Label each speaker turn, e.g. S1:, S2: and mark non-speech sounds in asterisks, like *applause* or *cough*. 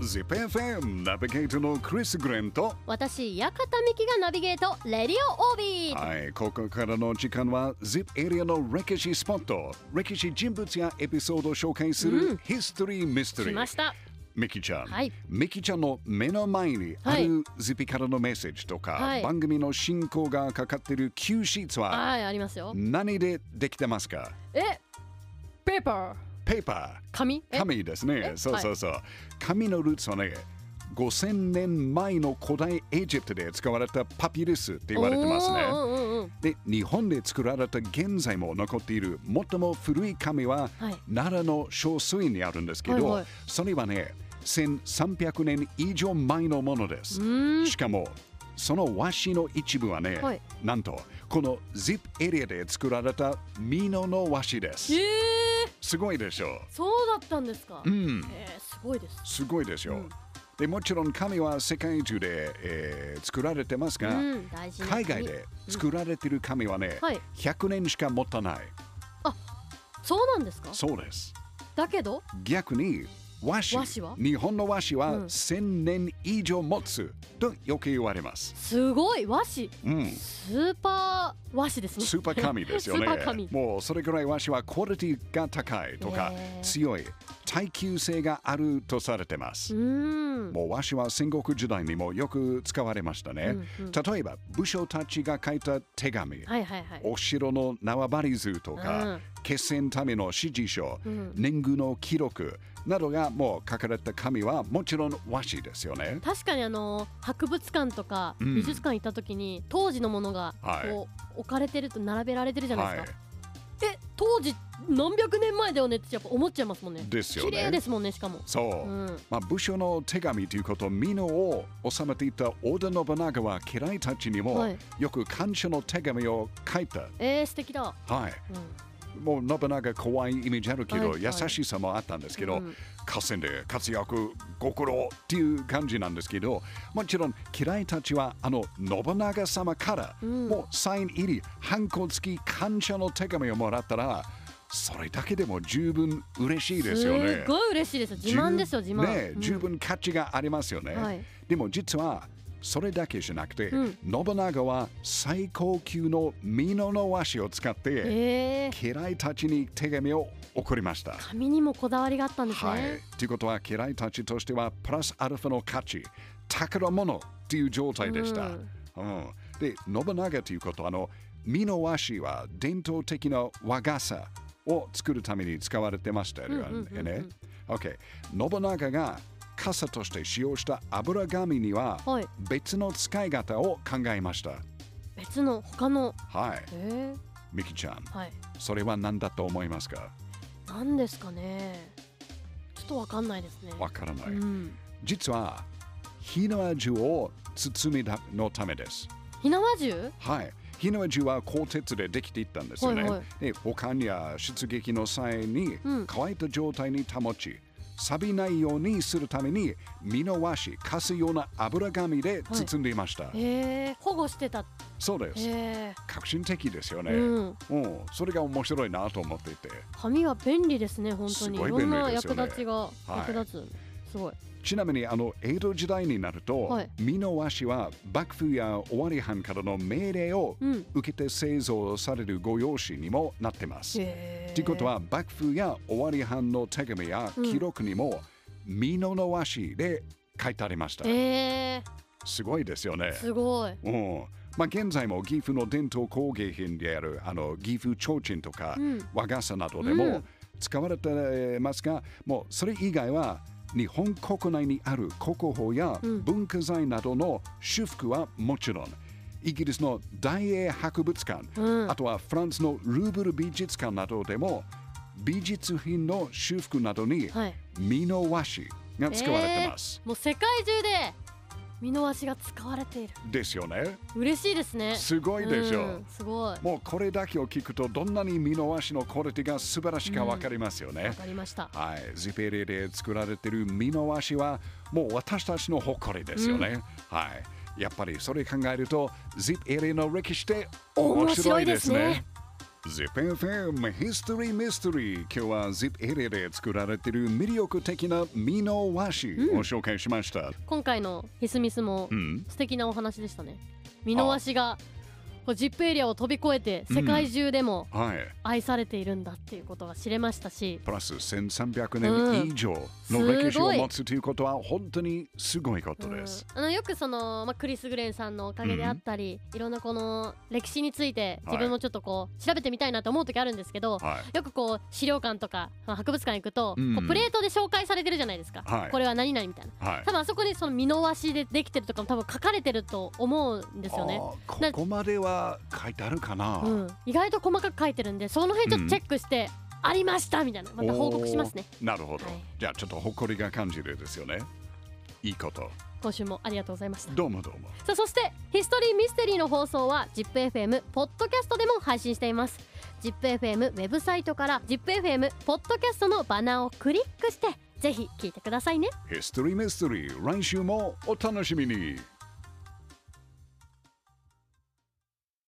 S1: ZIPFM ナビゲートのクリス・グレンと
S2: 私館美希がナビゲートレディオオービー
S1: はい、ここからの時間は ZIP エリアの歴史スポット歴史人物やエピソードを紹介する、ヒストリー・ミステ
S2: 来
S1: リ
S2: ま
S1: ー
S2: した
S1: ミキちゃん、
S2: はい
S1: ミキちゃんの目の前にあ
S2: はい
S1: る ZIP からのメッセージとか、
S2: はい
S1: 番組の進行がかかっている Q シーツは
S2: はいありますよ
S1: 何でできてますか
S2: えペーパー
S1: ペーパ
S2: 紙
S1: ー
S2: え
S1: 紙ですね
S2: え
S1: そうそうそう、紙のルーツはね5000年前の古代エジプトで使われたパピルスって言われてますね
S2: おーうんうんうん
S1: で日本で作られた現在も残っている最も古い紙は、
S2: はい
S1: 奈良の小水にあるんですけど、
S2: はいはい
S1: それはね1300年以上前のものです
S2: ー
S1: しかもその和紙の一部はね、
S2: はい
S1: なんとこの ZIP エリアで作られた美濃の和紙です
S2: えー
S1: すごいでしょ
S2: そうだったんですか
S1: ううん
S2: えーすごいです
S1: すごいですよ、でもちろん紙は世界中で、えー作られてます
S2: う
S1: が、
S2: ん大事な
S1: 海外で作られてる紙はね、
S2: はい
S1: 100年しか持たない
S2: そうなんですか
S1: そうです
S2: だけど
S1: 逆に和紙
S2: 和紙は
S1: 日本の和紙は
S2: うん
S1: 1000年以上持つとよく言われます、
S2: すごい和紙
S1: うん、
S2: スーパー和紙ですね
S1: スーパー紙ですよね
S2: *laughs* スーパー紙
S1: もうそれぐらい和紙はクオリティが高いとか
S2: へー
S1: 強い耐久性があるとされてます
S2: う、ーん
S1: もう和紙は戦国時代にもよく使われましたね、
S2: うんうん
S1: 例えば武将たちが書いた手紙、
S2: はいはいはい
S1: お城の縄張り図と
S2: う
S1: か、
S2: ん
S1: 決戦ための指示書、
S2: うん
S1: 年貢の記録などがもう書かれた紙はもちろん和紙ですよね。
S2: 確かにあの博物館とか
S1: うん
S2: 美術館行った時に当時のものが
S1: はい
S2: こう置かれてると並べられてるじゃない
S1: は
S2: ですか、
S1: い、
S2: え当時何百年前だよねってやっぱ思っちゃいますもんね
S1: ですよね
S2: 綺麗ですもんねしかも
S1: そう、
S2: うん
S1: まあ、武将の手紙ということ美濃を治めていた織田信長は家来たちにも、
S2: はい
S1: よく感謝の手紙を書いた。
S2: えー、素敵だ、
S1: はい、
S2: うん
S1: もう信長怖いイメージあるけど、
S2: はい
S1: 優
S2: はい
S1: しさもあったんですけど、
S2: うん
S1: 合戦で活躍ご苦労っていう感じなんですけどもちろん嫌いたちはあの信長様から、
S2: ん
S1: もうサイン入りハンコ付き感謝の手紙をもらったらそれだけでも十分嬉しいですよね。
S2: すごい嬉しいですよ自慢ですよ自
S1: 十
S2: 慢、
S1: ねえ、
S2: うん
S1: 十分価値がありますよね、
S2: はい
S1: でも実はそれだけじゃなくて、
S2: うん
S1: 信長は最高級の美濃の和紙を使って、
S2: えー、
S1: 家来たちに手紙を送りました。
S2: 紙にもこだわりがあったんですね、
S1: はい。ということは、嫌いたちとしては、プラスアルファの価値、宝物という状態でした。う
S2: うんん、
S1: で、信長ということは、あの、美濃和紙は伝統的な和傘を作るために使われてましたよね。
S2: うんうんうんうん
S1: OK。信長が傘として使用した油紙には、
S2: はい
S1: 別の使い方を考えました。
S2: 別の他の
S1: はい。
S2: え
S1: ミキちゃん、
S2: ー、はい
S1: それは何だと思いますか
S2: 何ですかねちょっとわかんないですね
S1: わからない。
S2: うん
S1: 実は火縄銃を包みだのためです。
S2: 火縄銃
S1: はい。火縄銃は鋼鉄でできていったんですよね。
S2: はいはい
S1: で保管や出撃の際に
S2: うん
S1: 乾いた状態に保ち、錆びないようにするために身の和紙、かすような油紙で包んでいました。
S2: えー、保護してた
S1: そうです。
S2: え
S1: 革新的ですよ
S2: ー
S1: ね。
S2: うん、
S1: うん、それが面白いなと思っていて。
S2: 紙は便利ですね本当
S1: す
S2: にい
S1: ごい
S2: ろ
S1: 便利ですよね
S2: んな役立ちが
S1: い
S2: 役立つ、すごい
S1: ちなみにあの江戸時代になると、
S2: はい
S1: 美濃和紙は幕府や尾張藩からの命令を
S2: うん
S1: 受けて製造される御用紙にもなってます。と、
S2: え
S1: いうことは幕府や尾張藩の手紙や記録にも美濃の和紙で書いてありました。
S2: え
S1: すごいですよね
S2: ー、。すごい
S1: うんまあ、現在も岐阜の伝統工芸品であるあの岐阜提灯とか、
S2: うん
S1: 和傘などで
S2: う
S1: も
S2: ん
S1: 使われてますが、もうそれ以外は日本国内にある国宝や
S2: うん
S1: 文化財などの修復はもちろん、イギリスの大英博物館、
S2: うん
S1: あとはフランスのルーブル美術館などでも美術品の修復などに
S2: はい
S1: 美濃和紙が使われてます。
S2: もう世界中で美濃足が使われている
S1: ですよね。
S2: 嬉しいですね
S1: すごいでしょ
S2: うんすごいわ
S1: もうこれだけを聞くとどんなに美濃和紙のクオリティが素晴らしいかわかりますよね。
S2: かりました
S1: はい、ジペリで作られている美濃和紙はもう私たちの誇りですよね。はい、やっぱりそれ考えると ZIP エリアの歴史って面白いですね。 ZIPFM History Mystery 今日は ZIPArea で作られている魅力的なミノワシを紹介しました、
S2: 今回のヒスミスも
S1: うん
S2: 素敵なお話でしたね美濃足がこうジップエリアを飛び越えて世界中でも
S1: はい
S2: 愛されているんだっていうことが知れましたし、
S1: プラス
S2: う
S1: 1300
S2: ん
S1: 年以上の歴史を
S2: すごい
S1: 持つということは本当にすごいこと
S2: うん
S1: です、
S2: あのよくその、まあ、クリス・グレンさんのおかげであったり、いろんなこの歴史について自分もちょっとこう調べてみたいなと思う時あるんですけど、
S1: はい
S2: よくこう資料館とか、まあ博物館行くと、
S1: うん
S2: こうプレートで紹介されてるじゃないですか、
S1: はい
S2: これは何々みたいな
S1: はい
S2: 多分あそこにその美濃足でできてるとかも多分書かれてると思うんですよね。
S1: あーここまでは書いてあるかな、
S2: うん、意外と細かく書いてるんでその辺ちょっとチェックして、ありましたみたいなまた報告しますね
S1: おーなるほど、
S2: はい
S1: じゃあちょっと誇りが感じるですよねいいこと
S2: 今週もありがとうございました
S1: どうもどうも
S2: さあそしてヒストリーミステリーの放送は ZIPFM ポッドキャストでも配信しています ZIPFM ウェブサイトから ZIPFM ポッドキャストのバナーをクリックしてぜひ聞いてくださいね
S1: ヒストリーミステリー来週もお楽しみに